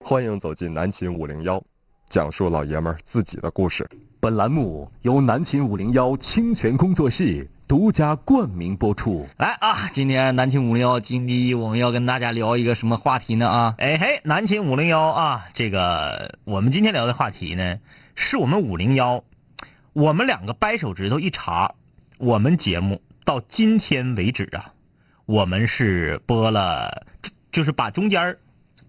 欢迎走进南秦五零幺，讲述老爷们儿自己的故事。本栏目由南秦五零幺清泉工作室独家冠名播出。来啊！今天南秦五零幺金第一，我们要跟大家聊一个什么话题呢？啊，哎嘿，南秦五零幺啊，这个我们今天聊的话题呢，是我们五零幺，我们两个掰手指头一查，我们节目到今天为止啊，我们是播了，就就是把中间儿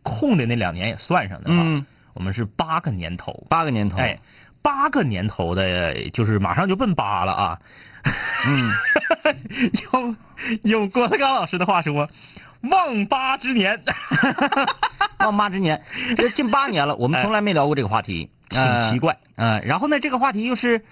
空的那两年也算上的啊，嗯哦我们是八个年头，八个年头，哎，，八个年头的，就是马上就奔八了啊。嗯， 用用郭德纲老师的话说，忘八之年，忘八 之年，这近八年了，我们从来没聊过这个话题，挺奇怪。怪。呃，然后呢，这个话题又是，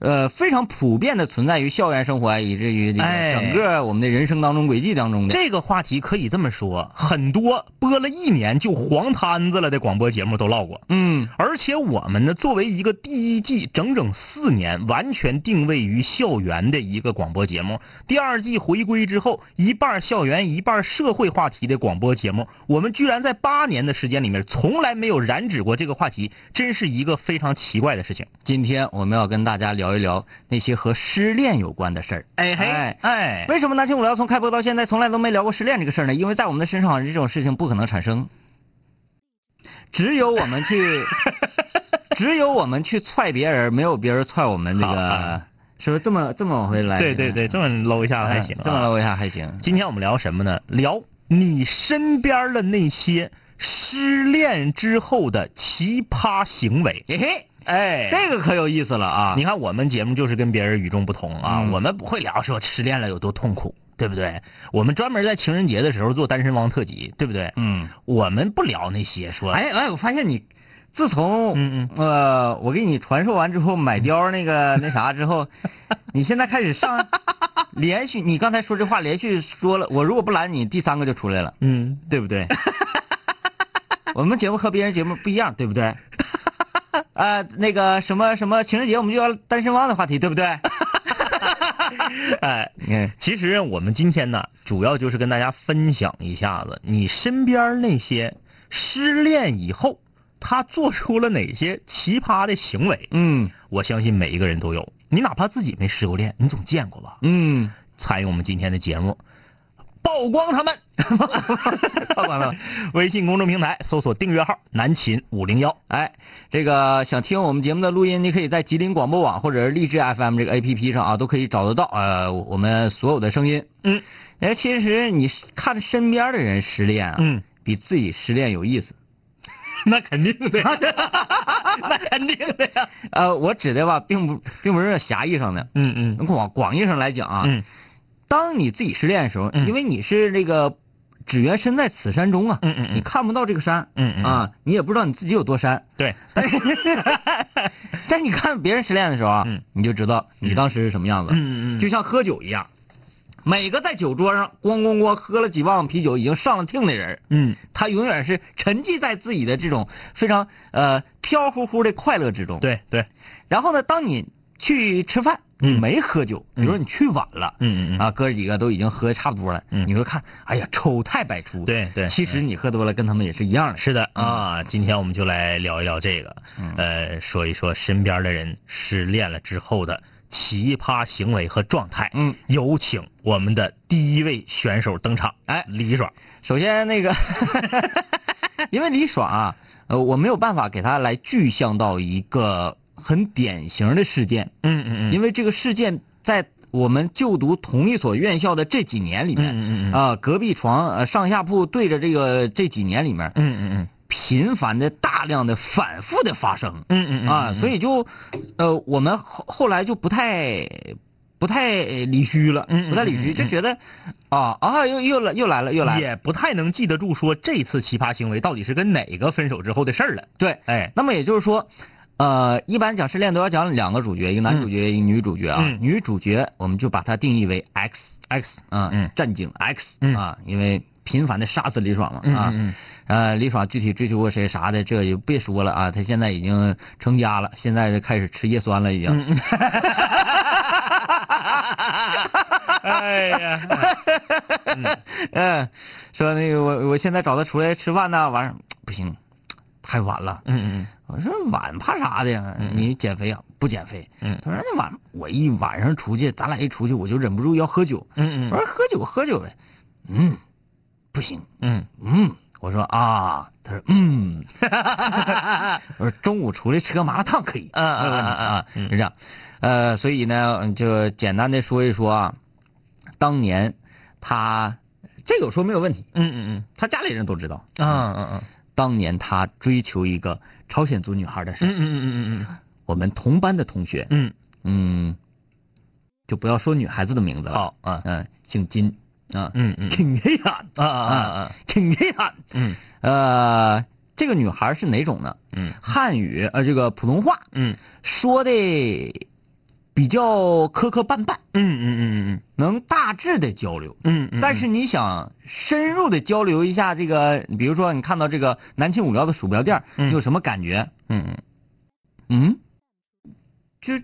呃，非常普遍的存在于校园生活，以至于这个哎整个我们的人生当中轨迹当中的。这个话题可以这么说，很多播了一年就黄摊子了的广播节目都唠过。嗯而且我们呢，作为一个第一季整整四年完全定位于校园的一个广播节目，第二季回归之后，一半校园一半社会话题的广播节目，我们居然在八年的时间里面从来没有染指过这个话题，真是一个非常奇怪的事情。今天我们要跟大家聊一聊那些和失恋有关的事儿。哎嘿哎为什么南青五聊从开播到现在从来都没聊过失恋这个事儿呢？因为在我们的身上这种事情不可能产生，只有我们 去，只有我们去踹别人，没有别人踹我们这好个啊，是不是这么这么往回来？对对对，这么搂一下还行、嗯哎这么搂。聊一下还行。今天我们聊什么呢？聊你身边的那些失恋之后的奇葩行为。嘿嘿，哎，这个可有意思了啊！你看我们节目就是跟别人与众不同啊，嗯我们不会聊说失恋了有多痛苦，对不对？我们专门在情人节的时候做单身汪特辑，对不对？嗯，我们不聊那些说，哎哎，我发现你自从嗯呃，我给你传授完之后，买貂那个那啥之 后，你现在开始上，连续你刚才说这话连续说了，我如果不拦你，第三个就出来了，嗯，对不对？ 我们节目和别人节目不一样，对不对？呃，那个什么什么情人节我们就要单身汪的话题，对不对？ 哎，嗯，其实我们今天呢，主要就是跟大家分享一下子你身边那些失恋以后他做出了哪些奇葩的行为。嗯我相信每一个人都有，你哪怕自己没失过恋，你总见过吧？嗯，参与我们今天的节目，曝光他们。好管了。微信公众平台搜索订阅号“南秦五零幺哎，这个想听我们节目的录音，你可以在吉林广播网或者是荔枝 FM 这个 APP 上啊，都可以找得到。呃，我们所有的声音。嗯，哎，其实你看身边的人失恋啊，”。，嗯比自己失恋有意思。那肯定的， 那肯定的呀。呃，我指的吧，并不并不是狭义上的，嗯嗯广广义上来讲啊，嗯当你自己失恋的时候，嗯因为你是那个只缘身在此山中啊，嗯嗯嗯你看不到这个山，嗯嗯啊，你也不知道你自己有多山，对，但你看别人失恋的时候啊，嗯你就知道你当时是什么样子。嗯就像喝酒一样，每个在酒桌上咣咣咣喝了几万啤酒已经上了听的人，嗯他永远是沉浸在自己的这种非常呃飘乎乎的快乐之中。，对对，然后呢，当你去吃饭，你嗯没喝酒，比如说你去晚了。嗯嗯啊，啊，哥几个都已经喝差不多了，嗯你会看，哎呀，丑态百出。对对其实你喝多了，跟他们也是一样的。是的啊。今天我们就来聊一聊这个，呃，说一说身边的人失恋了之后的奇葩行为和状态。嗯，有请我们的第一位选手登场，哎李爽。首先那个， 因为李爽啊，呃，我没有办法给他来具象到一个很典型的事件，嗯嗯因为这个事件在我们就读同一所院校的这几年里面，嗯嗯嗯啊、隔壁床呃上下铺对着这个这几年里面，嗯嗯嗯频繁的、大量的、反复的发生嗯嗯啊，所以就，呃，我们后后来就不太。不太理虚了，嗯嗯不太理虚，嗯嗯就觉得，啊啊，又又来又来了，又来了，也不太能记得住说这次奇葩行为到底是跟哪个分手之后的事儿了。对，哎，那么也就是说，呃，一般讲失恋都要讲两个主角，一个男主角，一个女主角啊。嗯女主角我们就把它定义为 X X 啊，嗯战警 X 嗯啊，因为频繁的杀死李爽嘛嗯啊。嗯呃，李爽具体追求过谁啥的，这也别说了啊。他现在已经成家了，现在就开始吃叶酸了，已嗯经。哎呀，呃嗯，说那个我我现在找他出来吃饭呢，完事儿不行，太晚了。嗯嗯我说晚怕啥的呀？你减肥啊？不减肥？嗯他说那晚我一晚上出去，咱俩一出去，我就忍不住要喝酒。嗯嗯我说喝酒喝酒呗。嗯，不行。嗯嗯，我说啊，他说 嗯，我说中午出来吃个麻辣烫可以。啊啊啊啊啊是这样，呃，所以呢，嗯就简单的说一说啊，当年他这个我说没有问题，嗯他家里人都知道。嗯啊啊啊当年他追求一个朝鲜族女孩的事儿，嗯嗯嗯嗯我们同班的同学，嗯嗯，就不要说女孩子的名字嗯了，好啊嗯，姓金啊，嗯嗯挺黑汉啊啊啊挺黑汉，嗯呃，这个女孩是哪种呢？嗯汉语呃，这个普通话嗯说的比较磕磕绊绊，嗯嗯嗯能大致的交流。嗯嗯，但是你想深入的交流一下这个，比如说你看到这个南秦五聊的鼠标店儿，嗯你有什么感觉？嗯嗯，就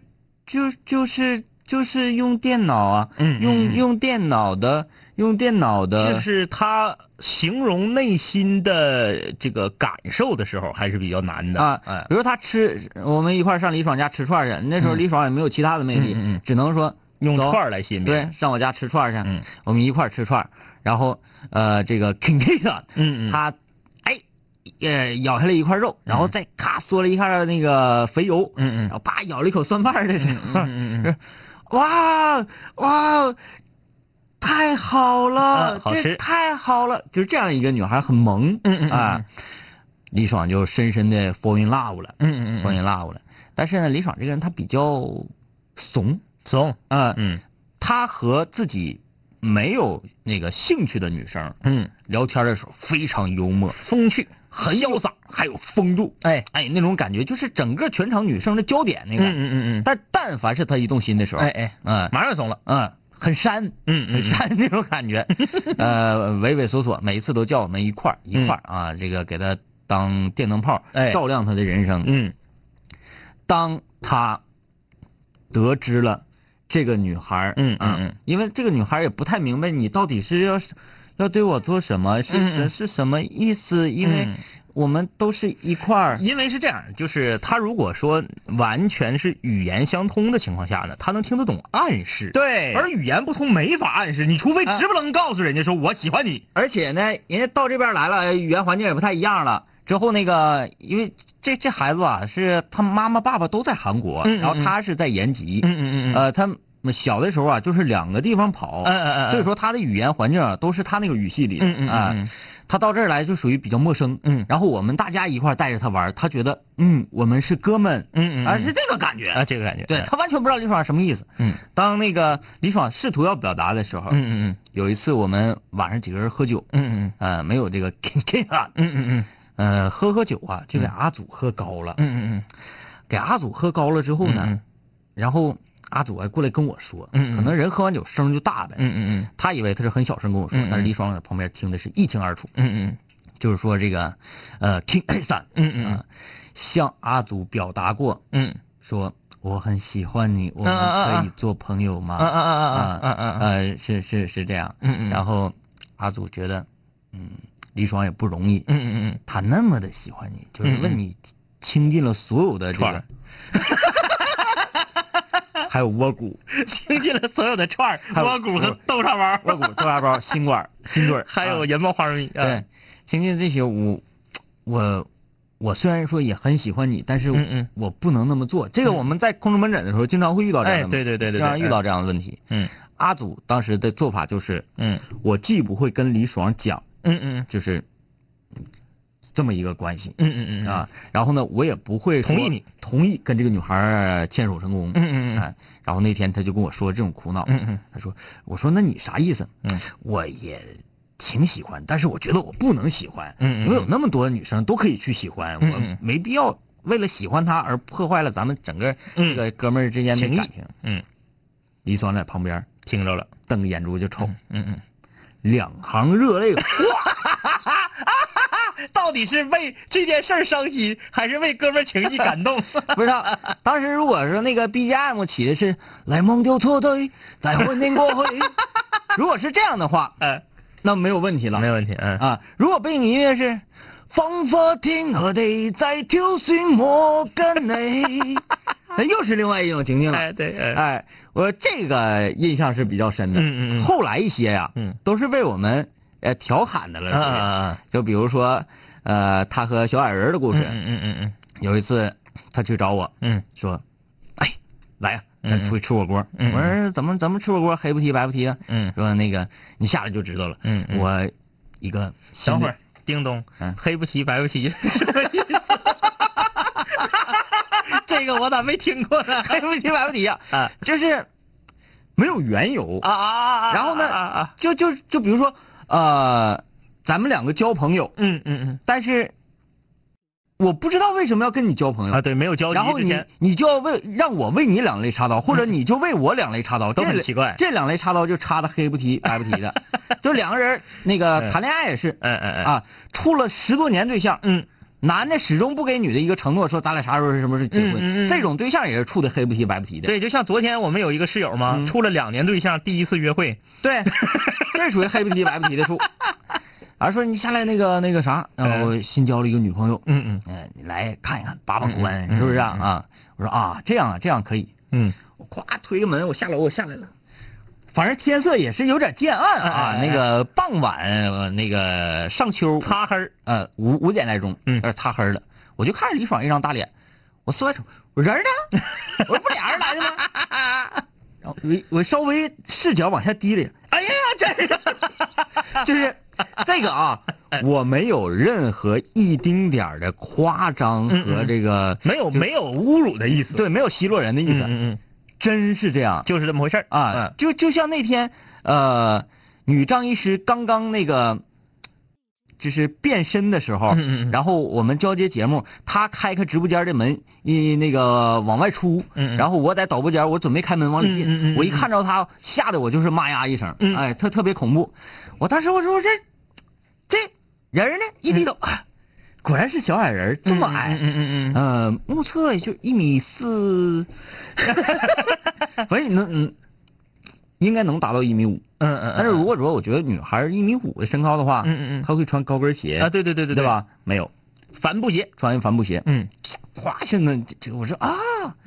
就就是就是用电脑啊，嗯用用电脑的，用电脑的，就是他形容内心的这个感受的时候还是比较难的啊哎，比如他吃，我们一块儿上李爽家吃串儿去，那时候李爽也没有其他的魅力，嗯嗯嗯嗯只能说用走串儿来吸引别人对，上我家吃串儿去，嗯我们一块儿吃串儿，然后呃，这个 King K 啊，嗯嗯 他哎，呃，咬下来一块肉，然后再咔嗦了一下那个肥油，嗯然后啪咬了一口蒜瓣儿的时候，嗯嗯哇哇，太好了，啊好吃这太好了，就是这样一个女孩很萌，嗯嗯嗯啊，李爽就深深的 fall in love 了、嗯 f a l l in love 了。但是呢，李爽这个人他比较怂怂啊，嗯他和自己没有那个兴趣的女生嗯聊天的时候非常幽默，风趣很潇洒，还有风度，哎哎，那种感觉就是整个全场女生的焦点那嗯个。嗯嗯嗯但但凡是他一动心的时候，哎哎嗯马上怂了嗯，很煽，嗯很煽那种感 觉，呃，畏畏缩缩，每一次都叫我们一块儿一块儿啊，这个给他当电灯泡，嗯哎照亮他的人生。嗯当他得知了这个女孩儿，嗯啊嗯嗯因为这个女孩儿也不太明白你到底是要要对我做什么，是嗯是嗯是什么意思？因为嗯我们都是一块儿，因为是这样，就是他如果说完全是语言相通的情况下呢，他能听得懂暗示。对而而语言不通没法暗示，你除非啊直不愣告诉人家说我喜欢你。而且呢，人家到这边来了，哎语言环境也不太一样了。之后那个，因为这这孩子啊，是他妈妈爸爸都在韩国，嗯嗯嗯然后他是在延吉，嗯呃，他们小的时候啊，就是两个地方跑，嗯嗯嗯，所以说他的语言环境啊，都是他那个语系里的嗯嗯啊、嗯他到这儿来就属于比较陌生，嗯然后我们大家一块儿带着他玩儿，他觉得嗯，我们是哥们，嗯嗯啊，是这个感觉，啊这个感觉。对他完全不知道李爽什么意思。嗯当那个李爽试图要表达的时候，嗯嗯有一次我们晚上几个人喝酒，嗯呃，没有这个 K K 啊，嗯嗯嗯呃，喝喝酒啊，就给阿祖喝高了，嗯嗯给阿祖喝高了之后呢，嗯嗯然后阿祖还过来跟我说，嗯嗯可能人喝完酒声就大呗，嗯嗯他以为他是很小声跟我说，嗯嗯但是李爽在旁边听的是一清二楚，嗯就是说这个，呃，King A 三，嗯嗯啊向阿祖表达过嗯说我很喜欢你，我啊啊啊们可以做朋友吗？啊啊啊啊啊啊！呃，是是是这样，嗯嗯然后阿祖觉得，嗯，李爽也不容易，嗯嗯嗯，他那么的喜欢你，就是嗯嗯问你倾尽了所有的这串个儿， 还有窝骨、 听尽了所有啊的串儿、蘑菇和豆沙包，窝骨、豆芽包、心管、心嘴儿， 还啊有盐爆花生米。对，倾尽这些，我我我虽然说也很喜欢你，但是嗯嗯我不能那么做。这个我们在空中门诊的时候经常会遇到这样哎，的问题，对对对对，经常遇到这样的问题。嗯阿祖当时的做法就是，嗯我既不会跟李爽讲，嗯嗯就是这么一个关系。嗯嗯嗯啊，然后呢，我也不会同意说你同意跟这个女孩儿牵手成功。嗯嗯嗯哎，然后那天他就跟我说这种苦恼，嗯嗯他说，我说那你啥意思？嗯，我也挺喜欢，但是我觉得我不能喜欢，嗯嗯嗯因为有那么多女生都可以去喜欢，嗯嗯嗯我没必要为了喜欢她而破坏了咱们整个嗯这个哥们儿之间的情谊感情。嗯，李爽在旁边儿听着了，瞪个眼珠就瞅，嗯嗯。两行热泪。 到底是为这件事儿伤心，还是为哥们儿情谊感 动？不是啊，当时如果说那个 BGM 起的是“来梦就错对，在婚姻过 后”，如果是这样的话，嗯，那没有问题了没问题，嗯啊。如果背景音乐是“仿佛天我哋在挑选我 跟你，那哎又是另外一种情境了。哎，对，哎，哎，我这个印象是比较深的。嗯嗯嗯后来一些呀、嗯都是被我们呃调侃的了。啊啊啊！就比如说，呃，他和小矮人的故嗯事。嗯嗯嗯有一次，他去找我嗯说：“哎，来呀、嗯咱出去吃火锅。嗯嗯我说：“哎怎么咱们吃火锅黑不提白不提啊？”嗯嗯，说那个你下来就知道了。嗯嗯我一个新等的会儿，叮咚嗯，黑不提白不提，这个我咋没听过呢？ 黑不提白不提呀、啊就是没有缘由啊啊啊！然后呢啊啊，就就就比如说，呃，咱们两个交朋友，嗯嗯但是我不知道为什么要跟你交朋嗯，友，啊，对，没有交然后集之你前嗯你就要为让我为你两肋插刀，或者你就为我两肋插刀，都这很两奇怪。这两肋插刀就插的黑不提白不提 的，就两个人那个嗯谈恋爱也是嗯嗯嗯，啊，处了十多年对象，嗯，男的始终不给女的一个承诺，说咱俩啥时候什么时候结婚，嗯嗯嗯这种对象也是处的黑不提白不提的。对，就像昨天我们有一个室友嘛嗯，处了两年对象，第一次约会，对， 这属于黑不提白不提的处。而说你下来那个那个啥，然后新交了一个女朋友，嗯嗯嗯、你来看一看，把把关、嗯嗯是不是啊？嗯嗯啊，我说啊，这样啊，这样可以。嗯，我咵推个门，我下楼，我下来了。反正天色也是有点渐暗啊，哎哎哎那个傍晚呃那个上秋擦黑儿，呃五五点来钟，嗯有点擦黑了。我就看着李爽一张大脸，我四外瞅，我人呢？我说不俩人来的吗？ 然后我我稍微视角往下低了一下，哎呀呀，真是，就是这个啊，我没有任何一丁点儿的夸张嗯嗯和这个、没有没有侮辱的意思，对没有奚落人的意嗯思，嗯嗯，真是这样。就是这么回事儿啊，嗯就就像那天，呃，女张医师刚刚那个，就是变身的时候，嗯嗯嗯然后我们交接节目，她开开直播间的门，一那个往外出，嗯嗯然后我在导播间，我准备开门往里进，嗯嗯嗯嗯我一看着她，吓得我就是妈呀一声，嗯哎，特特别恐怖，我当时我说这这人呢，一低头， 啊果然是小矮人，这么矮。嗯嗯嗯嗯嗯，呃，目测也就一 米四，反正能嗯，应该能达到一米五。嗯嗯，但是如果说我觉得女孩一米五的身高的话，嗯嗯她会穿高跟鞋嗯啊，对对对对对？吧？没有，帆布鞋，穿帆布鞋，嗯哗，现在这这我说啊，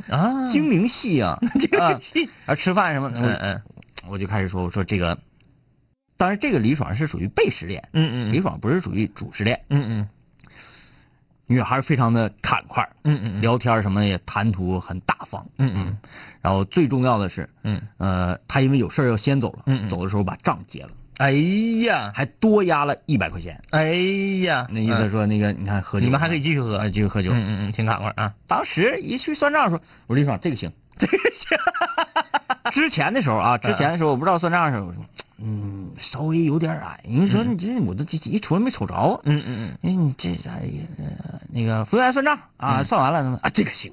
啊，精灵 系啊，啊，嗯啊，吃饭什么，嗯嗯我我就开始说，我说这个，当然这个李爽是属于被失恋，嗯李爽不是属于主失恋，嗯嗯女孩非常的砍快儿，嗯嗯聊天什么的也谈吐很大方，嗯嗯然后最重要的是，嗯，呃，他因为有事儿要先走了，嗯嗯走的时候把账结了，哎呀还多押了一百块钱。哎呀，那意思说，那个你看喝酒，嗯你们还可以继续喝，哎继续喝酒。嗯嗯嗯，挺赶快啊，当时一去算账的时候，我说李爽这个行， 这个行。之前的时候啊，之前的时候我不知道算账的时候，我说嗯稍微有点矮。你说你这我都这一瞅也没瞅着啊，嗯嗯哎你这哎呀呃那个服务员算账啊，算完了他们啊这个行，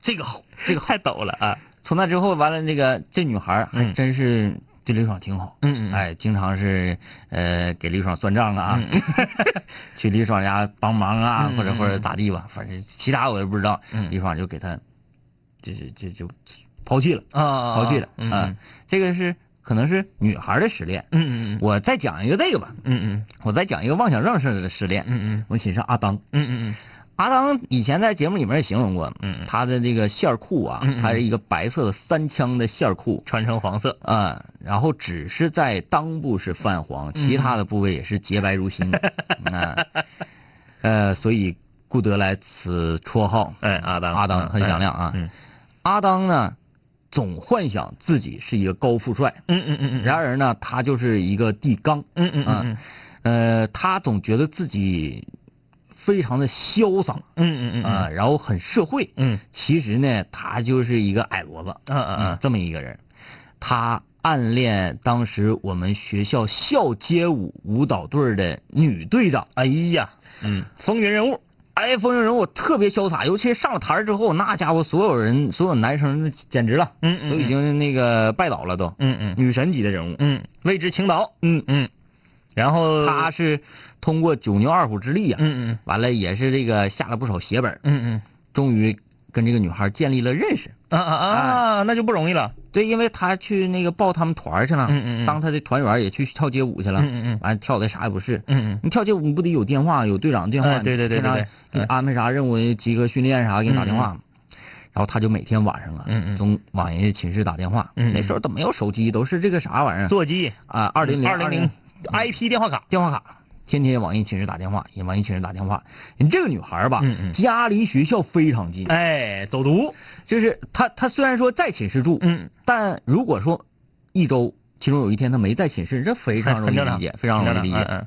这个好，这嗯，个好。太抖了啊，从那之后，完了那个这女孩儿还嗯真是对李爽挺好，嗯嗯哎，经常是呃给李爽算账啊， 去李爽家帮忙啊，嗯或者嗯或者咋地吧，反正其他我也不知道，嗯李爽就给他，就是就就抛弃了，啊抛弃了，嗯啊，这个是可能是女孩的失恋，嗯嗯我再讲一个这个吧，嗯嗯我再讲一个妄想症式的失恋，嗯我寝室阿当，嗯嗯阿当以前在节目里面也形容过，嗯他的这个线裤啊嗯嗯，他是一个白色的三枪的线裤，穿成黄色，啊、然后只是在裆部是泛黄，嗯其他的部位也是洁白如 新的啊、呃，所以故得来此绰号。哎，阿当阿当很响亮啊！嗯阿当呢，总幻想自己是一个高富帅，嗯嗯嗯嗯，然而呢，他就是一个地缸。嗯嗯嗯呃，他总觉得自己非常的潇洒啊、嗯嗯嗯啊然后很社会。嗯其实呢，他就是一个矮萝卜。啊啊啊啊，，这么一个人，他暗恋当时我们学校校街舞舞蹈队的女队长，哎呀，嗯风云人物。哎，风云人物特别潇洒，尤其是上了台儿之后，那家伙所有人所有男生简直了，嗯嗯，都已经那个拜倒了都，嗯嗯女神级的人物。嗯为之倾倒，嗯，嗯，然后他嗯是通过九牛二虎之力呀、嗯嗯完了也是这个下了不少血本，嗯嗯终于跟这个女孩建立了认识。嗯啊啊啊，那就不容易了。对，因为他去那个报他们团儿去了，嗯嗯嗯当他的团员也去跳街舞去了，嗯嗯嗯完跳的啥也不是。嗯你跳街舞你不得有电话，有队长电话，哎对对对队长对对给你安排啥任务，集合训练啥，给你打电话。然后他就每天晚上啊，嗯嗯总往人家寝室打电话。嗯嗯那时候都没有手机，都是这个啥玩嗯，意儿座机啊？二零零二零零 IP 电话卡，电话卡，天天往人寝室打电话，也往人寝室打电话。你这个女孩儿吧，嗯嗯家离学校非常近，哎，走读，就是她她虽然说在寝室住，嗯，但如果说一周其中有一天她没在寝室，这非常容易很正理常解，非常容易理解。嗯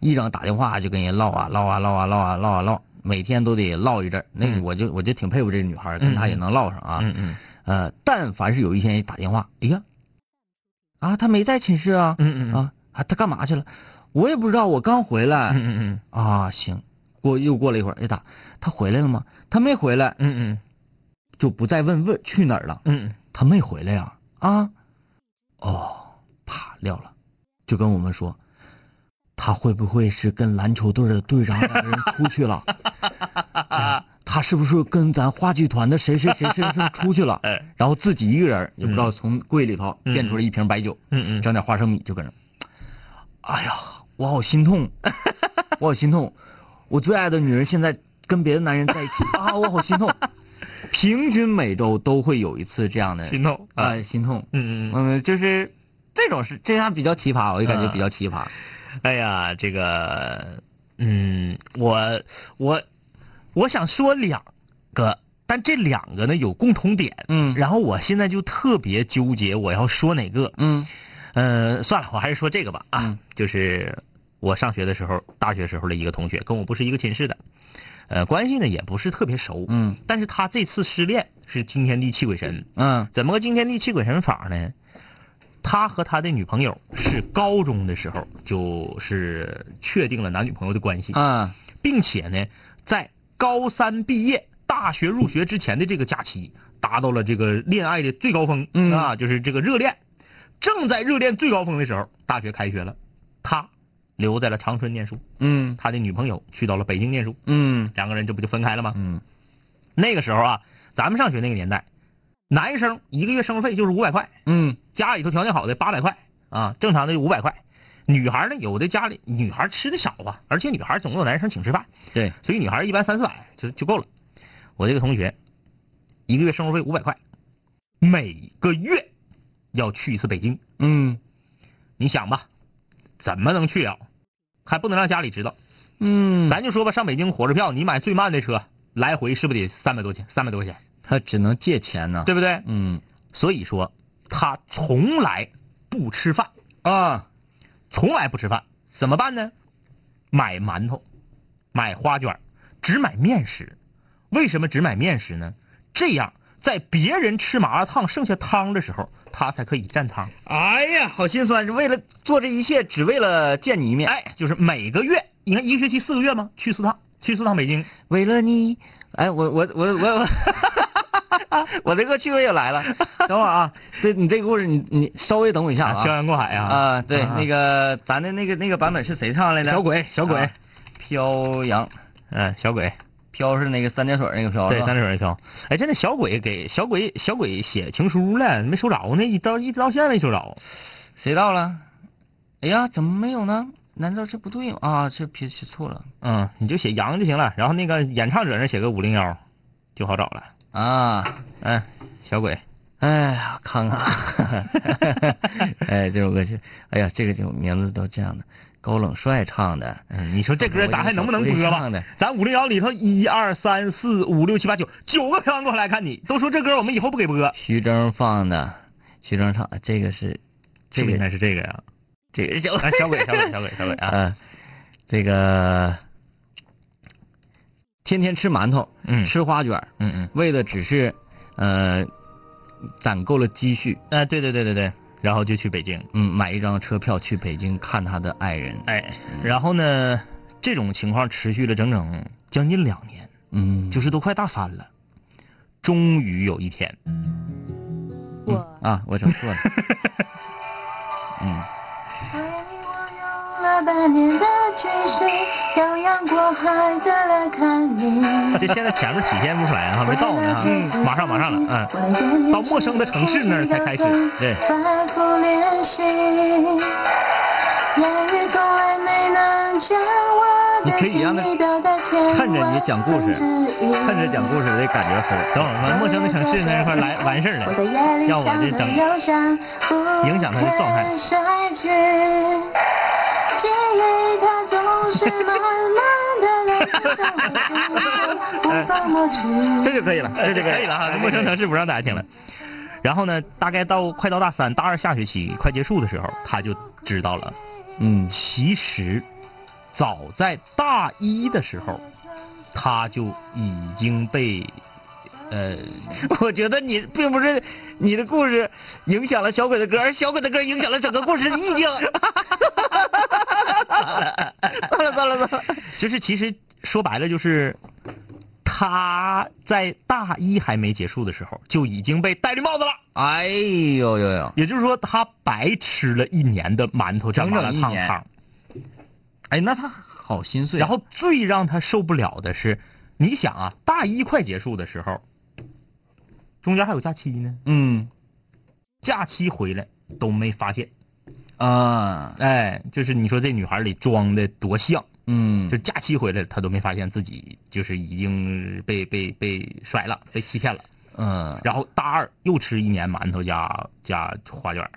一整打电话就跟人唠啊唠啊唠啊唠啊唠啊唠，每天都得唠一阵儿。那个嗯我就我就挺佩服这个女孩儿，跟她也能唠上啊。嗯嗯呃，但凡是有一天人打电话，哎呀，啊，她没在寝室啊，嗯嗯啊啊，她干嘛去了？我也不知道，我刚回来。嗯嗯啊，行。过又过了一会儿，哎打，他回来了吗？他没回来，嗯就不再问问去哪儿了。嗯他没回来呀、啊？哦，啪撂了，就跟我们说，他会不会是跟篮球队的队长两个人出去了？ 哎他是不是跟咱话剧团的谁谁谁谁谁出去了？哎然后自己一个人也不知道从柜里头变出了一瓶白酒，嗯嗯，整点花生米就搁那儿。哎呀，我好心痛， 我好心痛，我最爱的女人现在跟别的男人在一起啊，我好心痛。平均每周都会有一次这样的心痛啊、啊，心痛，嗯嗯嗯，嗯，就是这种是这样比较奇葩，我就感觉啊比较奇葩。哎呀，这个，嗯，我我我想说两个，但这两个呢有共同点，嗯然后我现在就特别纠结，我要说哪个，嗯呃，算了，我还是说这个吧啊，嗯就是我上学的时候，大学时候的一个同学，跟我不是一个寝室的，呃，关系呢也不是特别熟，嗯但是他这次失恋是惊天地泣鬼神，嗯怎么个惊天地泣鬼神法呢？他和他的女朋友是高中的时候就是确定了男女朋友的关系，啊并且呢，在高三毕业、大学入学之前的这个假期，达到了这个恋爱的最高峰、嗯啊，就是这个热恋，正在热恋最高峰的时候，大学开学了，他留在了长春念书，嗯他的女朋友去到了北京念书，嗯两个人这不就分开了吗？嗯那个时候啊，咱们上学那个年代，男生一个月生活费就是五百块，嗯家里头条件好的八百块啊，正常的五百块。女孩呢，有的家里女孩吃的少啊，而且女孩总有男生请吃饭，对，所以女孩一般三四百就就够了。我这个同学，一个月生活费五百块，每个月要去一次北京。嗯你想吧，怎么能去啊？还不能让家里知道。嗯，咱就说吧，上北京火车票，你买最慢的车，来回是不是得三百多钱？三百多块钱，他只能借钱呢。对不对？嗯所以说，他从来不吃饭，啊从来不吃饭，怎么办呢？买馒头，买花卷儿，只买面食。为什么只买面食呢？这样，在别人吃麻辣烫剩下汤的时候，他才可以蘸汤。哎呀，好心酸，是为了做这一切，只为了见你一面。哎，就是每个月，你看一个学期四个月吗？去四趟，去四趟北京。为了你，哎，我我我我我，我 这个趣味又来 了。等会儿啊，这你这个故事，你你稍微等我一下啊，漂啊。洋过海啊！啊，对，啊那个咱的那个那个版本是谁唱来着？小鬼小鬼啊飘扬，哎嗯，小鬼，飘是那个三点水那个飘，对，是吧三里屯一票。哎，真的，小鬼给小鬼小鬼写情书了，没收着呢，一到一直到现在没收着。谁到了？哎呀，怎么没有呢？难道这不对吗？啊，这别写错了嗯，你就写杨就行了，然后那个演唱者那写个五零幺，就好找了。啊！嗯，小鬼，哎呀，看看， 哎，这首歌曲，哎呀，这个就名字都这样的，高冷帅唱的，嗯，你说这歌咱还能不能播吧我已经想不起来？咱五零幺里头一二三四五六七八九九个漂洋过来看你，都说这歌我们以后不给播，徐峥放的，徐峥唱，这个是，是这不是应个该是这个呀？这个叫啊，小鬼，小鬼，小鬼，小 鬼啊！啊，这个天天吃馒头，嗯吃花卷儿，嗯嗯，为的只是呃攒够了积蓄，啊，对对对对对，然后就去北京。嗯，买一张车票去北京看他的爱人，哎，然后呢，这种情况持续了整整将近两年，嗯，就是都快大三了。终于有一天，我啊，我整错了，爱我用了半年的追寻，漂洋过海的来看你。这现在前面体现不出来啊，还没没到到呢呢啊，，嗯，马马上上马上马上了，了，嗯，嗯，到到陌陌生生的的城城市市那那儿儿才才开开始始，对对。反复练习，言语从来没能将我你你可可以以让让他他看看着你着你讲讲故故事事，看看着着讲讲故故事事这感觉分。等会儿完陌生的城市那块儿来完事儿我的了，眼里要像我这整整影响他的状态衰去，记忆它总是慢慢的来， 不放过去。这就可以了，哎这这就个可以了啊哈，陌生城市不让大家听了。然后呢，大概到快到大三、大二下学期快结束的时候，他就知道了，嗯，其实早在大一的时候，他就已经被呃 我觉得你并不是你的故事影响了小鬼的歌，而小鬼的歌影响了整个故 事的意境。算了算了算了，就是其实说白了就是，他在大一还没结束的时候就已经被戴绿帽子了。哎呦呦呦！也就是说，他白吃了一年的馒头，整整麻辣一烫年烫。哎，那他好心碎啊。然后最让他受不了的是，你想啊，大一快结束的时候，中间还有假期呢，嗯假期回来都没发现。啊哎，就是你说这女孩里装的多像，嗯就假期回来她都没发现自己就是已经被被被甩了，被欺骗了。嗯，然后大二又吃一年馒头加加花卷儿。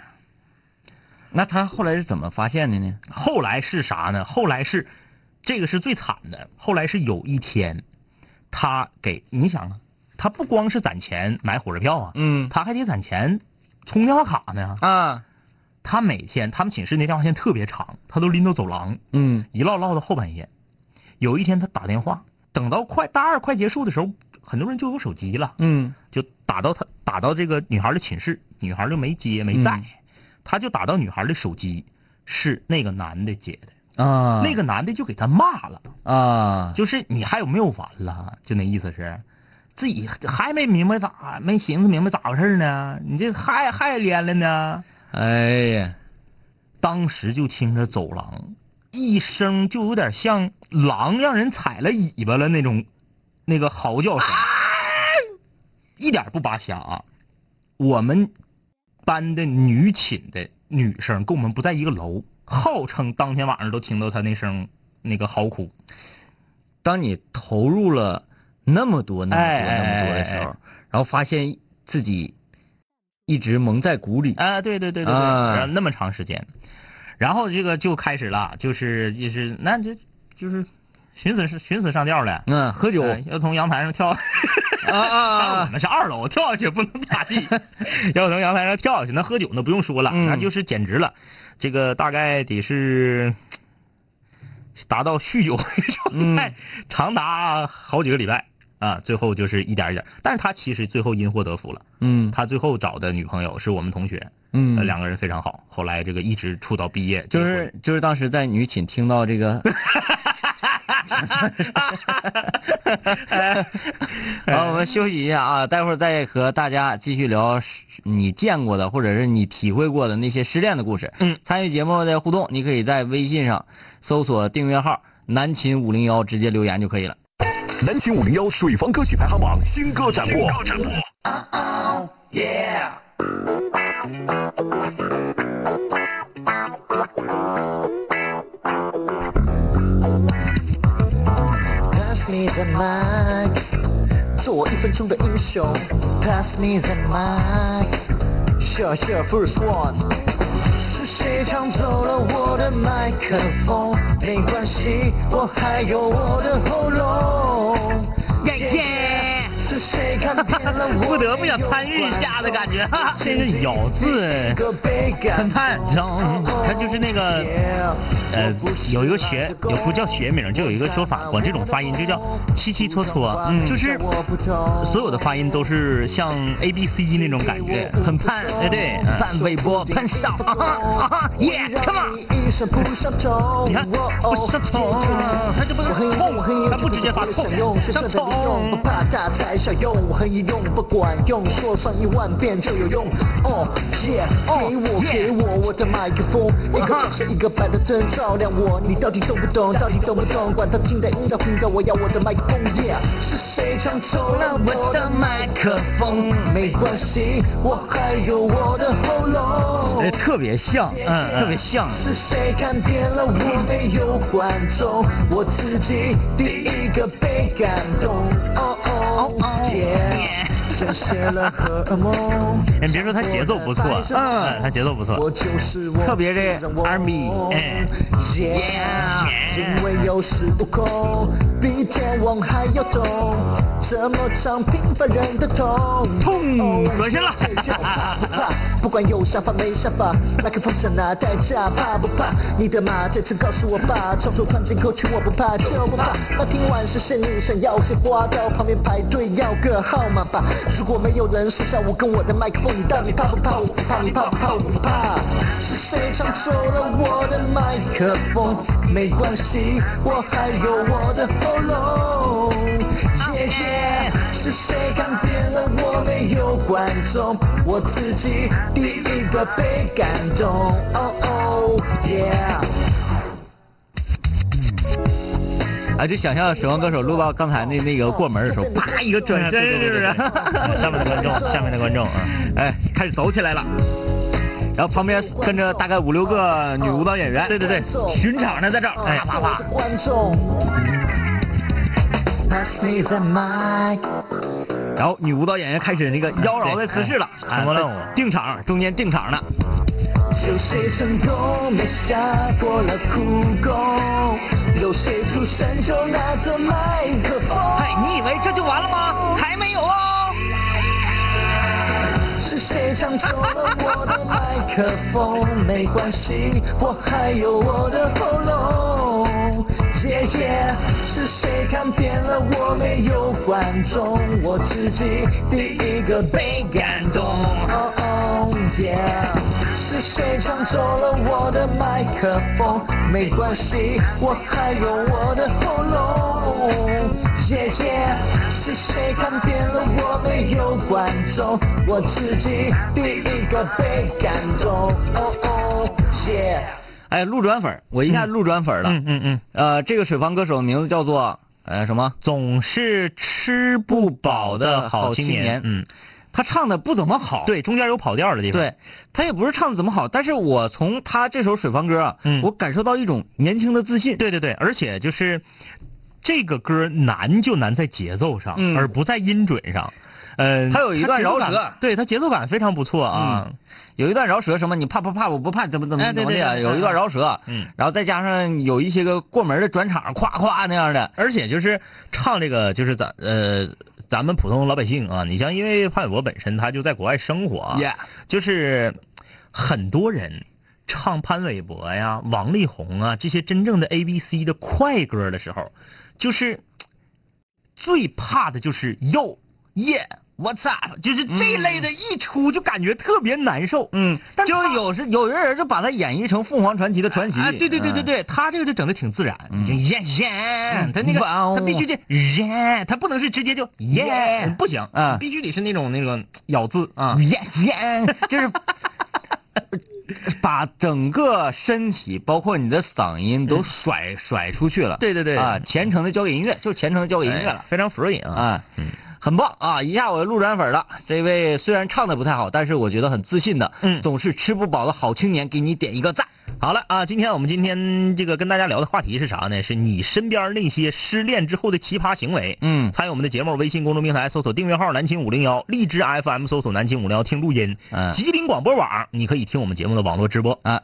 那他后来是怎么发现的呢？后来是啥呢？后来是，这个是最惨的。后来是有一天，他给你想啊，他不光是攒钱买火车票啊，嗯他还得攒钱充电话卡呢。啊他每天他们寝室那电话线特别长，他都拎到走廊，嗯一唠唠到后半夜。有一天他打电话，等到快大二快结束的时候，很多人就有手机了，嗯就打到他打到这个女孩的寝室，女孩就没接没在，嗯他就打到女孩的手机，是那个男的接的。啊那个男的就给他骂了，啊就是你还有没有完了？就那意思是，自己还没明白咋，没寻思明白咋回事呢？你这还还连了呢？哎呀当时就听着走廊一声，就有点像狼让人踩了尾巴了那种，那个嚎叫声，哎一点不扒瞎啊！我们班的女寝的女生跟我们不在一个楼，号称当天晚上都听到她那声那个嚎哭。当你投入了那么多、那么哎多、那么多的时候，哎哎然后发现自己一直蒙在鼓里，啊，对对对对对，啊然后那么长时间，然后这个就开始了，就是就是那就就是寻死寻死上吊了，嗯，喝酒哎要从阳台上跳，啊当 然我啊，们是二楼跳下去不能咋 地，要从阳台上跳下去，那喝酒那不用说了，嗯那就是简直了，这个大概得是。达到酗酒的状态，嗯长达好几个礼拜啊，最后就是一点儿一点儿。但是他其实最后因祸得福了，嗯他最后找的女朋友是我们同学，呃，嗯，两个人非常好，后来这个一直处到毕业，就结是婚就是当时在女寝听到 这个， 好，我们休息一下啊，待会儿再和大家继续聊失你见过的或者是你体会过的那些失恋的故事。嗯，参与节目的互动，你可以在微信上搜索订阅号“南秦五零幺”，直接留言就可以了。南秦五零幺水房歌曲排行榜新歌展播。 Pass me the mic，做我一分钟的英雄。Pass me the mic，Sure sure first one。是谁抢走了我的麦克风？没关系，我还有我的喉咙。感谢是谁看扁了我？ 不得不想参与一下的感觉，哈哈这个咬字很判，你知道吗？嗯他就是那个呃，有一个学，有不叫学名，就有一个说法，管这种发音就叫七七搓搓，就是所有的发音都是像 A B C 那种感觉，很判，哎对，嗯半微波喷上，啊哈啊哈，Yeah，come on！ on！你看不上头，他就不能我很痛，他不直接发痛，上头不。怕大材小用，我很有用，不管用，说上一万遍就有用。哦耶，给我 yeah 给我我的麦克风，一个啊哈手是一个摆的真照亮我，你到底懂不懂？到底懂不懂？管他听的听的听的，我要我的麦克风耶！是谁抢走了我的麦克风？没关系，我还有我的喉咙哎，。特别像，嗯嗯特别像。是谁看扁了我没有观众，我自己第一个被感动。哦哦哦耶！深陷了荷尔蒙。哎，你别说他节奏不错，嗯，他节奏不错我，就是我，特别这 R&B，哎，Yeah，因为有时不空，比天王还要懂，这么长平凡人的痛，痛哦恶心了睡觉怕不怕？不管有想法没想法，麦克风想拿代价，怕不怕？你的马这次告诉我吧，创作团进歌曲我不怕，就不怕。那听完是谁？你想要谁？花到旁边排队要个号码吧。如果没有人说上我跟我的麦克风，你到底怕不怕？我不怕，你怕不怕？我不怕。是谁抢走了我的麦克风？没关系，我还有我的喉咙。耶耶，是谁看扁了我没有观众？我自己第一个被感动。哦哦耶！啊，就想象死亡歌手录到刚才那那个过门的时候，啪一个转身，是不是？嗯下面的观众，下面的观众啊，哎，开始走起来了。然后旁边跟着大概五六个女舞蹈演员，对对对巡场呢在这儿，哎，啪啪。观众。Pass me the mic。然后女舞蹈演员开始那个妖娆的姿势了，哎成功了我定场，中间定场呢。有谁成功没下过了苦功？有谁出生就拿着麦克风？哎，你以为这就完了吗？还没有哦。是谁抢走了我的麦克风？没关系，我还有我的喉咙。姐姐，是谁看扁了我没有观众？我自己第一个被感动。哦哦耶！是谁抢走了我的麦克风？没关系，我还有我的喉咙。姐姐，是谁看扁了我没有观众？我自己第一个被感动。哦哦耶！哎，路转粉儿，我一下路转粉儿了。嗯嗯嗯，呃，这个水房歌手名字叫做呃什么？总是吃不饱的好青好青年年，嗯，他唱的不怎么好。对，中间有跑调的地方，，对，他也不是唱的怎么好，但是我从他这首水房歌啊，嗯我感受到一种年轻的自信。对对对，而且就是这个歌难就难在节奏上，嗯而不在音准上。呃，它有一段节奏感饶舌对它节奏感非常不错啊。有一段饶舌，什么你怕不怕？我不怕，怎么怎么哎对怎么对的？对有一段饶舌，啊嗯，然后再加上有一些个过门的转场，夸夸那样的。而且就是唱这个，就是咱呃，咱们普通老百姓啊，你像因为潘玮柏本身他就在国外生活啊 Yeah 就是很多人唱潘玮柏呀、王力宏啊这些真正的 A B C 的快歌的时候，就是最怕的就是又耶。What's up？就是这类的，一出就感觉特别难受。嗯，但就他有时有的人就把它演绎成凤凰传奇的传奇。啊，对对对对嗯，对，他这个就整的挺自然，就耶耶，他那个哇哦他必须得耶，他不能是直接就耶耶，不行啊必须得是那种那个咬字 啊，耶耶，就是把整个身体，包括你的嗓音都甩甩出去了。嗯对对对啊，虔诚的交给音乐，就虔诚的交给音乐了哎。非常 free 啊，啊，很棒啊！一下我就路转粉了。这位虽然唱的不太好，但是我觉得很自信的，嗯总是吃不饱的好青年，给你点一个赞。好了啊，今天我们今天这个跟大家聊的话题是啥呢？是你身边那些失恋之后的奇葩行为。嗯参与我们的节目，微信公众平台搜索订阅号“南秦五零幺”，荔枝 FM 搜索“南秦五零幺”听录音。嗯吉林广播网你可以听我们节目的网络直播。 啊，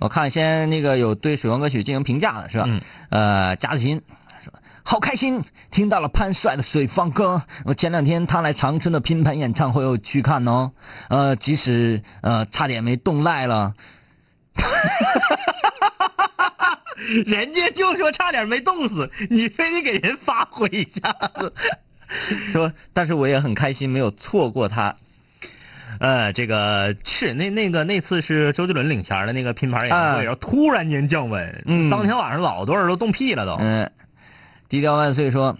我看先那个有对水王歌曲进行评价的是吧？嗯呃，贾子欣说好开心，听到了潘帅的《水方歌》。我前两天他来长春的拼盘演唱会，我去看哦。呃，即使呃差点没冻赖了，人家就说差点没冻死，你非得给人发挥一下子。说，但是我也很开心，没有错过他。呃，这个是那那个那次是周杰伦领衔的那个拼盘演唱会，啊然后突然间降温，嗯呃当天晚上老多人都冻屁了都。嗯，低调万岁说，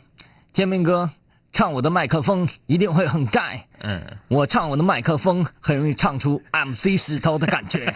天明哥，唱我的麦克风一定会很盖。嗯，我唱我的麦克风很容易唱出 MC 石头的感 觉。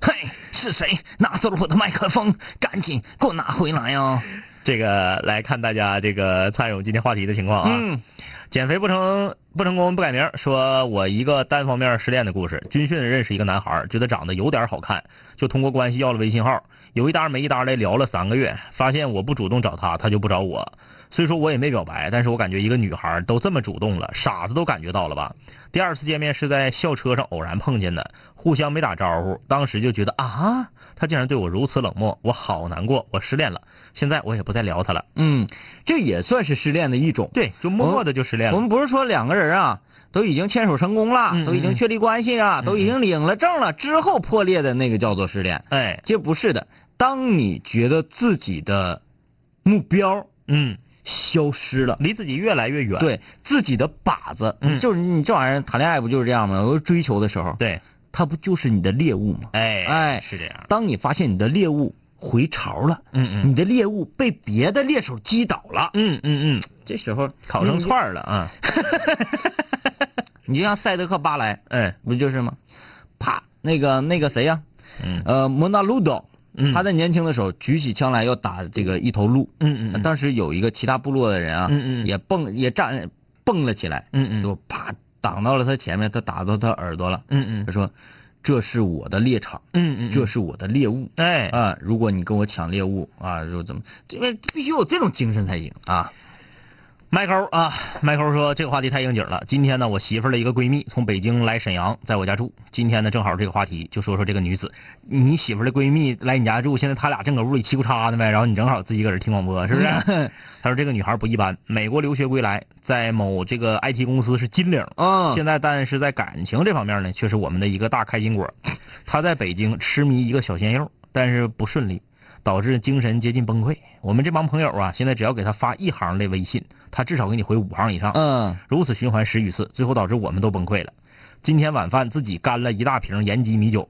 嘿，是谁拿走了我的麦克风？赶紧给我拿回来哦！这个来看大家这个参与我们今天话题的情况啊。嗯，减肥不成不成功不改名，说我一个单方面失恋的故事。军训认识一个男孩，觉得长得有点好看，就通过关系要了微信号，有一搭没一搭的聊了三个月，发现我不主动找他，他就不找我。虽说我也没表白，但是我感觉一个女孩都这么主动了，傻子都感觉到了吧？第二次见面是在校车上偶然碰见的，互相没打招呼，当时就觉得啊，他竟然对我如此冷漠，我好难过，我失恋了。现在我也不再聊他了，嗯，这也算是失恋的一种。对，就默默的就失恋了。我们不是说两个人啊都已经牵手成功了，嗯都已经确立关系了，都已经领了证了之后破裂的那个叫做失恋，哎，这不是的。当你觉得自己的目标嗯，消失了。离自己越来越远。对自己的靶子，嗯就是你这玩意儿谈恋爱不就是这样吗？有时候追求的时候，对，它不就是你的猎物吗？哎哎是这样。当你发现你的猎物回巢了，嗯嗯你的猎物被别的猎手击倒了，嗯嗯嗯，这时候烤成串儿了啊。 你就像赛德克巴莱，哎，不就是吗？啪，那个那个谁呀、嗯呃，摩纳鲁多，嗯他在年轻的时候举起枪来要打这个一头鹿。嗯嗯嗯当时有一个其他部落的人啊，嗯嗯也蹦也站蹦了起来，嗯嗯就啪挡到了他前面，他打到他耳朵了。嗯嗯他说：“这是我的猎场，嗯嗯，这是我的猎物哎，啊！如果你跟我抢猎物啊，就怎么，因为必须有这种精神才行啊。麦抠啊，麦抠说这个话题太应景了。今天呢，我媳妇儿的一个闺蜜从北京来沈阳，在我家住。今天呢，正好这个话题就说说这个女子，你媳妇儿的闺蜜来你家住，现在她俩正搁屋里叽咕叉呢呗，然后你正好自己搁这听广播，是不是？他说这个女孩不一般，美国留学归来，在某这个 IT 公司是金领，啊，现在但是在感情这方面呢，却是我们的一个大开心果。他在北京痴迷一个小鲜肉，但是不顺利，导致精神接近崩溃。我们这帮朋友啊，现在只要给他发一行的微信，他至少给你回五行以上。嗯，如此循环十余次，最后导致我们都崩溃了。今天晚饭自己干了一大瓶延吉米酒，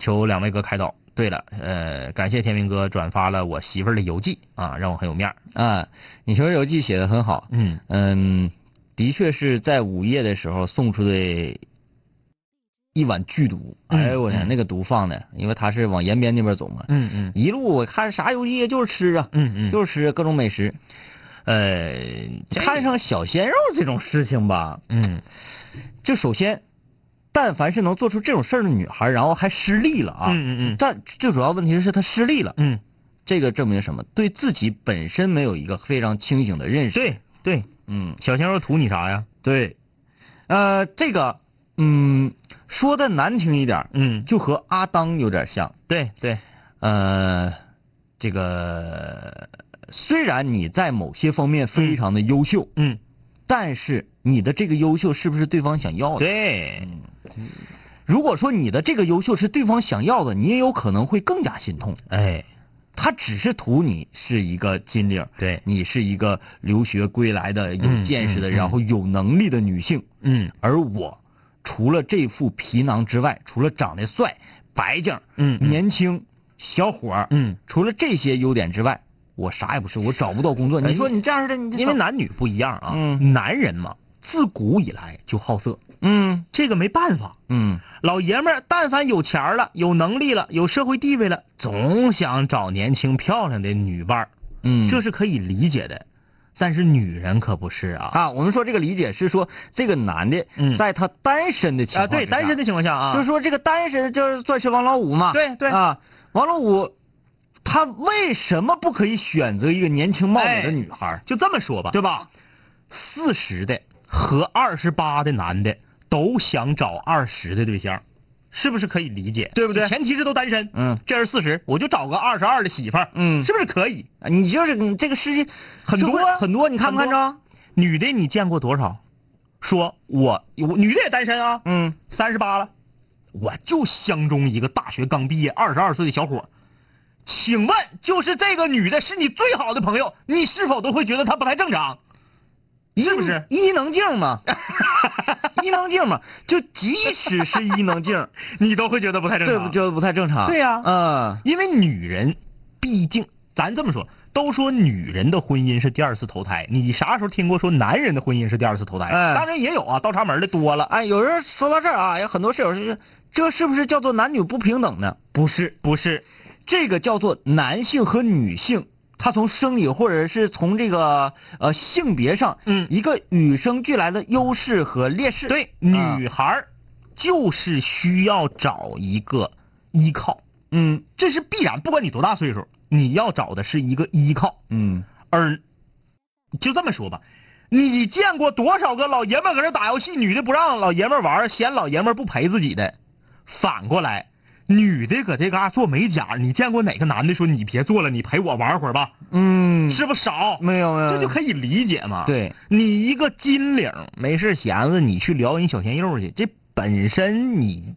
求两位哥开导。对了，呃，感谢天明哥转发了我媳妇儿的游记啊，让我很有面儿。啊，你说游记写的很好，嗯嗯，的确是在午夜的时候送出的一碗剧毒。嗯哎呦我天，嗯那个毒放的，因为他是往延边那边走嘛，嗯嗯一路我看啥游记就是吃啊，嗯嗯，就是吃各种美食。呃，这看上小鲜肉这种事情吧，嗯就首先，但凡是能做出这种事儿的女孩，然后还失利了啊，嗯嗯嗯但最主要问题是她失利了，嗯，这个证明什么？对自己本身没有一个非常清醒的认识。对对，嗯，小鲜肉图你啥呀？对，呃，这个，嗯，说的难听一点儿，嗯，就和阿当有点像。对对，呃，这个虽然你在某些方面非常的优秀，嗯，但是你的这个优秀是不是对方想要的？对，嗯如果说你的这个优秀是对方想要的，你也有可能会更加心痛。哎，他只是图你是一个金领，对，你是一个留学归来的有嗯见识的，嗯嗯然后有能力的女性。嗯而我除了这副皮囊之外，除了长得帅、白净、嗯嗯年轻、小伙儿，嗯，除了这些优点之外，我啥也不是，我找不到工作。哎你说你这样的，你因为男女不一样啊，嗯男人嘛，自古以哎来就好色，嗯这个没办法。嗯老爷们儿，但凡有钱儿了、有能力了、有社会地位了，总想找年轻漂亮的女伴儿，嗯，这是可以理解的。但是女人可不是啊啊，我们说这个理解是说这个男的嗯在他单身的情啊！况对，之下单身的情况下啊，就是说这个单身就是算是王老五嘛，对对啊，王老五。他为什么不可以选择一个年轻貌美的女孩儿？就这么说吧，对吧？四十的和二十八的男的都想找二十的对象，是不是可以理解？对不对前提是都单身。嗯，这人四十，我就找个二十二的媳妇儿，嗯是不是可以？啊你就是你这个世界很多社会很多，你看不看很多着？女的你见过多少？说我我女的也单身啊，嗯，三十八了，我就相中一个大学刚毕业二十二岁的小伙儿。请问，就是这个女的是你最好的朋友，你是否都会觉得她不太正常？是不是？伊能静 嘛， 伊能静嘛，就即使是伊能 静，你都会觉得不太正对常不？就不太正常。对呀嗯因为女人，毕竟咱这么说，都说女人的婚姻是第二次投胎，你啥时候听过说男人的婚姻是第二次投胎？哎当然也有啊，倒插门的多了。哎，有人说到这儿啊，有很多室友就是，这是不是叫做男女不平等呢？不是，不是，这个叫做男性和女性，他从生理或者是从这个呃性别上，嗯一个与生俱来的优势和劣势。对，啊女孩儿就是需要找一个依靠，嗯，这是必然，不管你多大岁数，你要找的是一个依靠。嗯，而就这么说吧，你见过多少个老爷们儿搁这打游戏，女的不让老爷们儿玩儿，嫌老爷们儿不陪自己的？反过来，女的搁这嘎做美甲，你见过哪个男的说你别做了，你陪我玩会儿吧？嗯，是不是少？没有没有，这就可以理解嘛。，对，你一个金领儿没事闲着，你去撩人小鲜肉去，这本身你，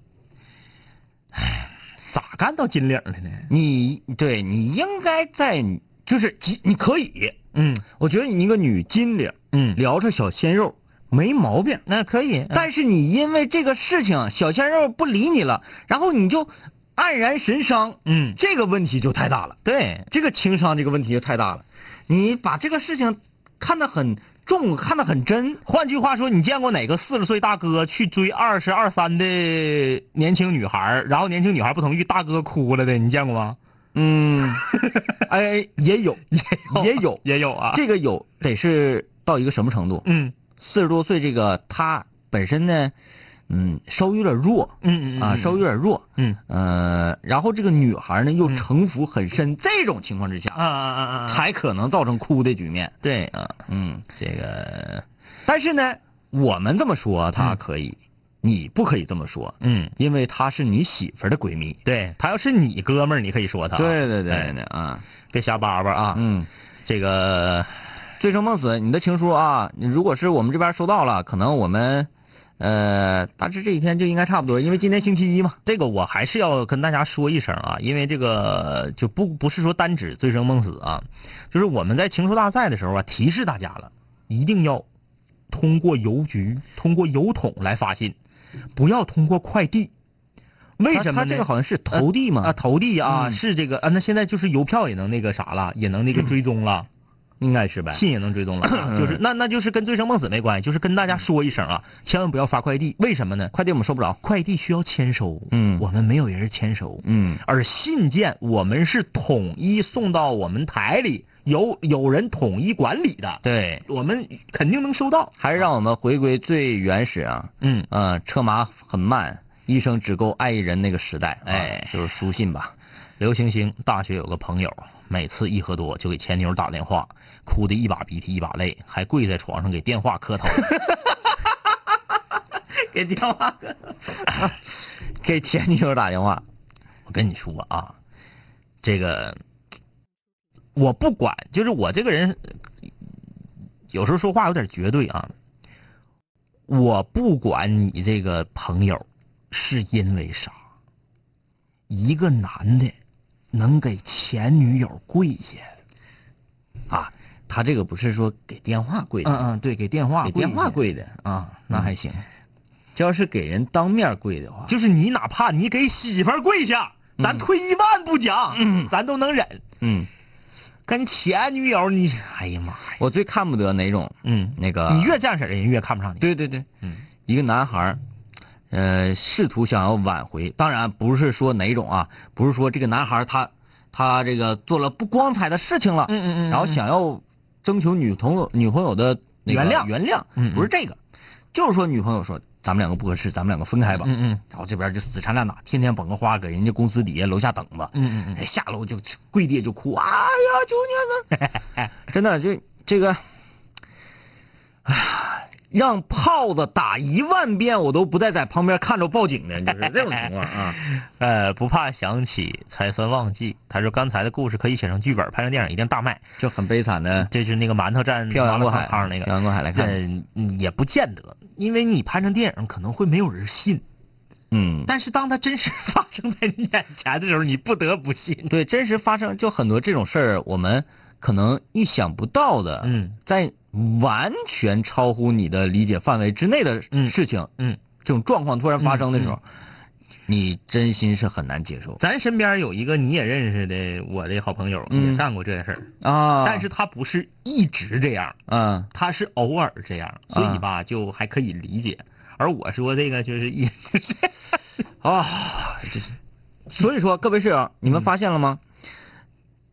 唉，咋干到金领儿的呢？你对你应该在就是即你可以，嗯我觉得你一个女金领，嗯聊着小鲜肉没毛病，那可以，嗯但是你因为这个事情，小鲜肉不理你了，然后你就黯然神伤，嗯，这个问题就太大了，对，这个情商这个问题就太大了，你把这个事情看得很重，看得很真，换句话说，你见过哪个四十岁大哥去追二十二三的年轻女孩儿，然后年轻女孩不同意，大哥哭了的？你见过吗？ 嗯，哎，也有，哦也 有，也有啊。这个有得是到一个什么程度？嗯四十多岁这个他本身呢，嗯，稍微有点弱，嗯嗯啊，稍微有点弱，嗯呃，然后这个女孩呢又嗯城府很深，这种情况之下啊啊啊啊！才可能造成哭的局面。对啊，嗯，这个但是呢，我们这么说她可以，你不可以这么说，嗯，因为她是你媳妇儿的闺蜜。对他要是你哥们儿，你可以说他啊，对哎对啊，别瞎叭叭啊。嗯，这个醉生梦死，你的情书啊，你如果是我们这边收到了，可能我们，呃，大致这一天就应该差不多，因为今天星期一嘛。这个我还是要跟大家说一声啊，因为这个就不不是说单指醉生梦死啊，就是我们在情书大赛的时候啊，提示大家了，一定要通过邮局、通过邮筒来发信，不要通过快递。为什么他呢？这个好像是投递嘛，啊，投递啊，嗯是这个啊。那现在就是邮票也能那个啥了，也能那个追踪了。应该是呗。信也能追踪了啊， 就是那那就是跟醉生梦死没关系，就是跟大家嗯说一声啊，千万不要发快递，为什么呢？快递我们收不着。快递需要签收，嗯我们没有人签收，嗯而信件我们是统一送到我们台里，有有人统一管理的，对，我们肯定能收到，还是让我们回归最原始啊，嗯，呃，车马很慢，一生只够爱一人那个时代，哎啊就是书信吧。刘星星大学有个朋友，每次一喝多就给前女友打电话，哭得一把鼻涕一把泪，还跪在床上给电话磕头。 给电话，给前女友打电话，我跟你说啊，这个我不管，就是我这个人有时候说话有点绝对啊。我不管你这个朋友是因为啥，一个男的能给前女友跪下，啊，他这个不是说给电话跪的，嗯，对，给电话给跪电话下跪的，啊，那还行。这要是给人当面跪的话，就是你哪怕你给媳妇儿跪下，咱退一万步讲，咱都能忍。嗯，跟前女友你，哎呀妈呀，我最看不得哪种，嗯那个你越这样式儿，人越看不上你。对对对，嗯，一个男孩儿，呃，试图想要挽回，当然不是说哪种啊，不是说这个男孩儿他他这个做了不光彩的事情了，嗯嗯嗯然后想要征求女朋友女朋友的那个原谅原谅，嗯嗯不是这个，就是说女朋友说咱们两个不合适，咱们两个分开吧，嗯嗯然后这边就死缠烂打，天天捧个花搁人家公司底下楼下等着，嗯嗯哎，下楼就跪地就哭，哎呀，求你了！ 真的，这这个，唉让炮子打一万遍，我都不带在旁边看着报警的，就是这种情况啊。呃，不怕想起才算忘记。他说刚才的故事可以写成剧本，拍成电影一定大卖。 就很悲惨的这是那个馒头蘸漂洋过海麻辣烫烫那漂个，洋过海来看，嗯，嗯也不见得，因为你拍成电影可能会没有人信，嗯，但是当它真实发生在你眼前的时候，你不得不信。对，真实发生就很多这种事儿，我们可能意想不到的，嗯，在完全超乎你的理解范围之内的嗯事情，嗯这种状况突然发生的时候，你真心是很难接受咱身边有一个你也认识的我的好朋友，嗯也干过这事儿，啊但是他不是一直这样，嗯他是偶尔这样，所以吧就还可以理解。而我说这个就是 一，啊，这所以说各位室友，你们发现了吗？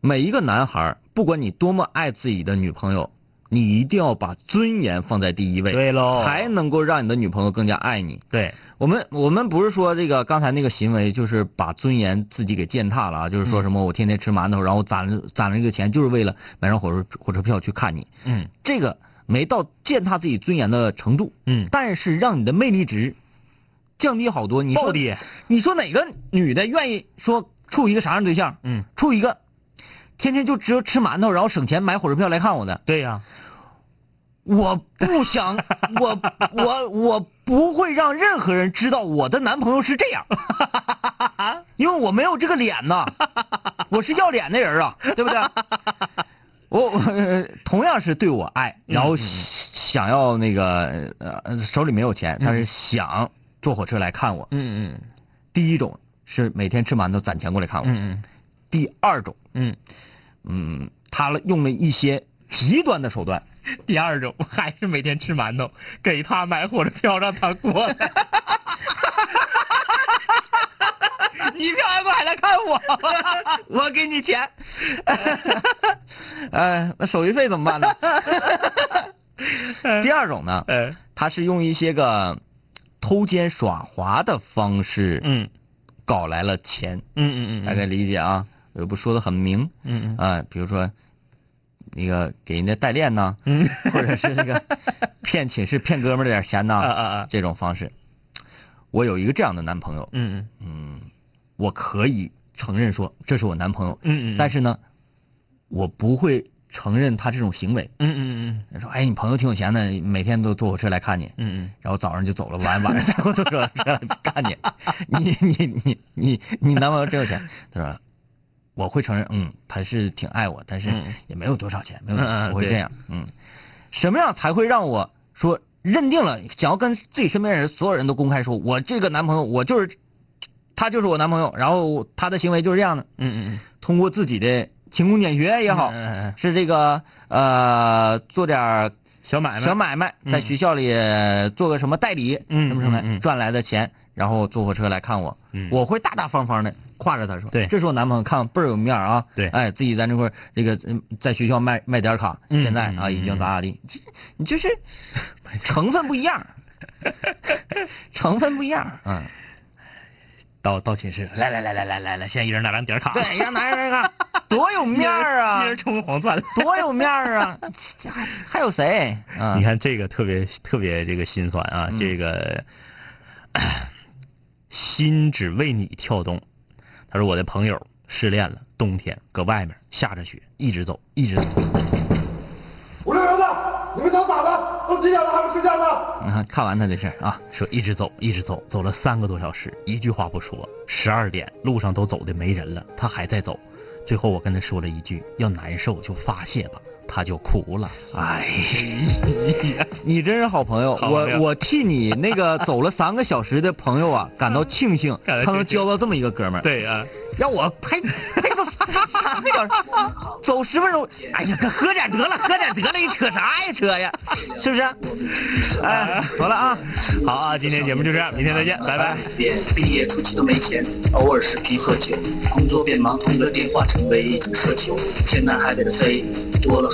每一个男孩儿，不管你多么爱自己的女朋友，你一定要把尊严放在第一位，对喽才能够让你的女朋友更加爱你。对，我们我们不是说这个刚才那个行为，就是把尊严自己给践踏了啊！就嗯是说什么我天天吃馒头，然后攒了攒了这个钱，就是为了买张火车火车票去看你，嗯这个没到践踏自己尊严的程度，嗯，但是让你的魅力值降低好多。你暴 说跌，你说哪个女的愿意说处一个啥样的对象？嗯，处一个天天就只有吃馒头，然后省钱买火车票来看我的？对呀、我不 想，我我我不会让任何人知道我的男朋友是这 样，因为我没有这个脸呐，我是要脸的人啊，对不对？我我、呃同样是对我爱，嗯然后想要那个呃手里没有钱，但是想坐火车来看我。嗯嗯第一种是每天吃馒头攒钱过来看我，嗯第二种，嗯嗯，他用了一些极端的手段，嗯，第二种 还是每天吃馒头，给他买火车票让他过来。你干嘛还来看 我？我给你钱。 呃，那手续费怎 么办呢？第二种呢， 嗯他是用一些个偷奸耍滑的方式，嗯搞来了钱，嗯嗯大概理解啊？我又不说的很明，嗯嗯啊、比如说那个给人家代练呐，嗯或者是那 个骗寝室骗哥们儿点儿钱呐，啊啊啊这种方式。我有一个这样的男朋友，嗯嗯嗯，我可以承认说这是我男朋友，嗯嗯，但是呢，我不会承认他这种行为。嗯嗯说，哎，你朋友挺有钱的，每天都坐火车来看你，嗯然后早上就走了，晚晚上然后都说干你，你你你你你男朋友真有钱。他说，我会承认，嗯，他是挺爱我，但是嗯也没有多少钱，没有，嗯嗯我会对这样，嗯，什么样才会让我说认定了，想要跟自己身边人所有人都公开说，我这个男朋友，我就是，他就是我男朋友，然后他的行为就是这样的，嗯嗯通过自己的勤工俭学也嗯，好，是这个呃做点儿小买卖，小买卖，嗯在学校里做个什么代理，嗯什么什么、嗯嗯赚来的钱，然后坐火车来看我，嗯我会大大方方的挎着他说，对这是我男朋友，看倍儿有面儿啊，对哎，自己在那块儿这个嗯在学校卖卖点儿卡，嗯现在嗯啊嗯已经咋咋地，这你就是成分不一样， 成分不一样，嗯，到到寝室，来来来来来来来，先一人拿张点卡，对，让男人看多有面 儿啊一，人充黄钻。多有面儿啊， 这还还有谁？你嗯看这个特别特别这个心酸啊，嗯这个 唉心只为你跳动。他说我的朋友失恋了，冬天搁外面下着雪，一直走一直走。五六零的，你们想咋的？都几点了还不睡觉呢？你看看完他的事儿啊，说一直走，一直走，走了三个多小时，一句话不说。十二点，路上都走的没人了，他还在走。最后我跟他说了一句：“要难受就发泄吧。”他就哭了。哎 呀，你真是好朋友，好朋我友我替你那个走了三个小时的朋友啊感到庆幸， 感到庆幸他能交到这么一个哥们儿。，对啊，让我拍拍个三个小时，走十分钟，哎呀，哥喝点得了，喝点得了，你扯啥呀扯呀，是不是？哎，好了啊，好啊，今天节目就这样，明天再见，拜拜。变，呃毕业初期都没钱，偶尔是瓶喝酒，工作变忙，通个电话成为一种奢求，天南海北的飞，多了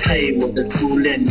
嘿，我的初恋，你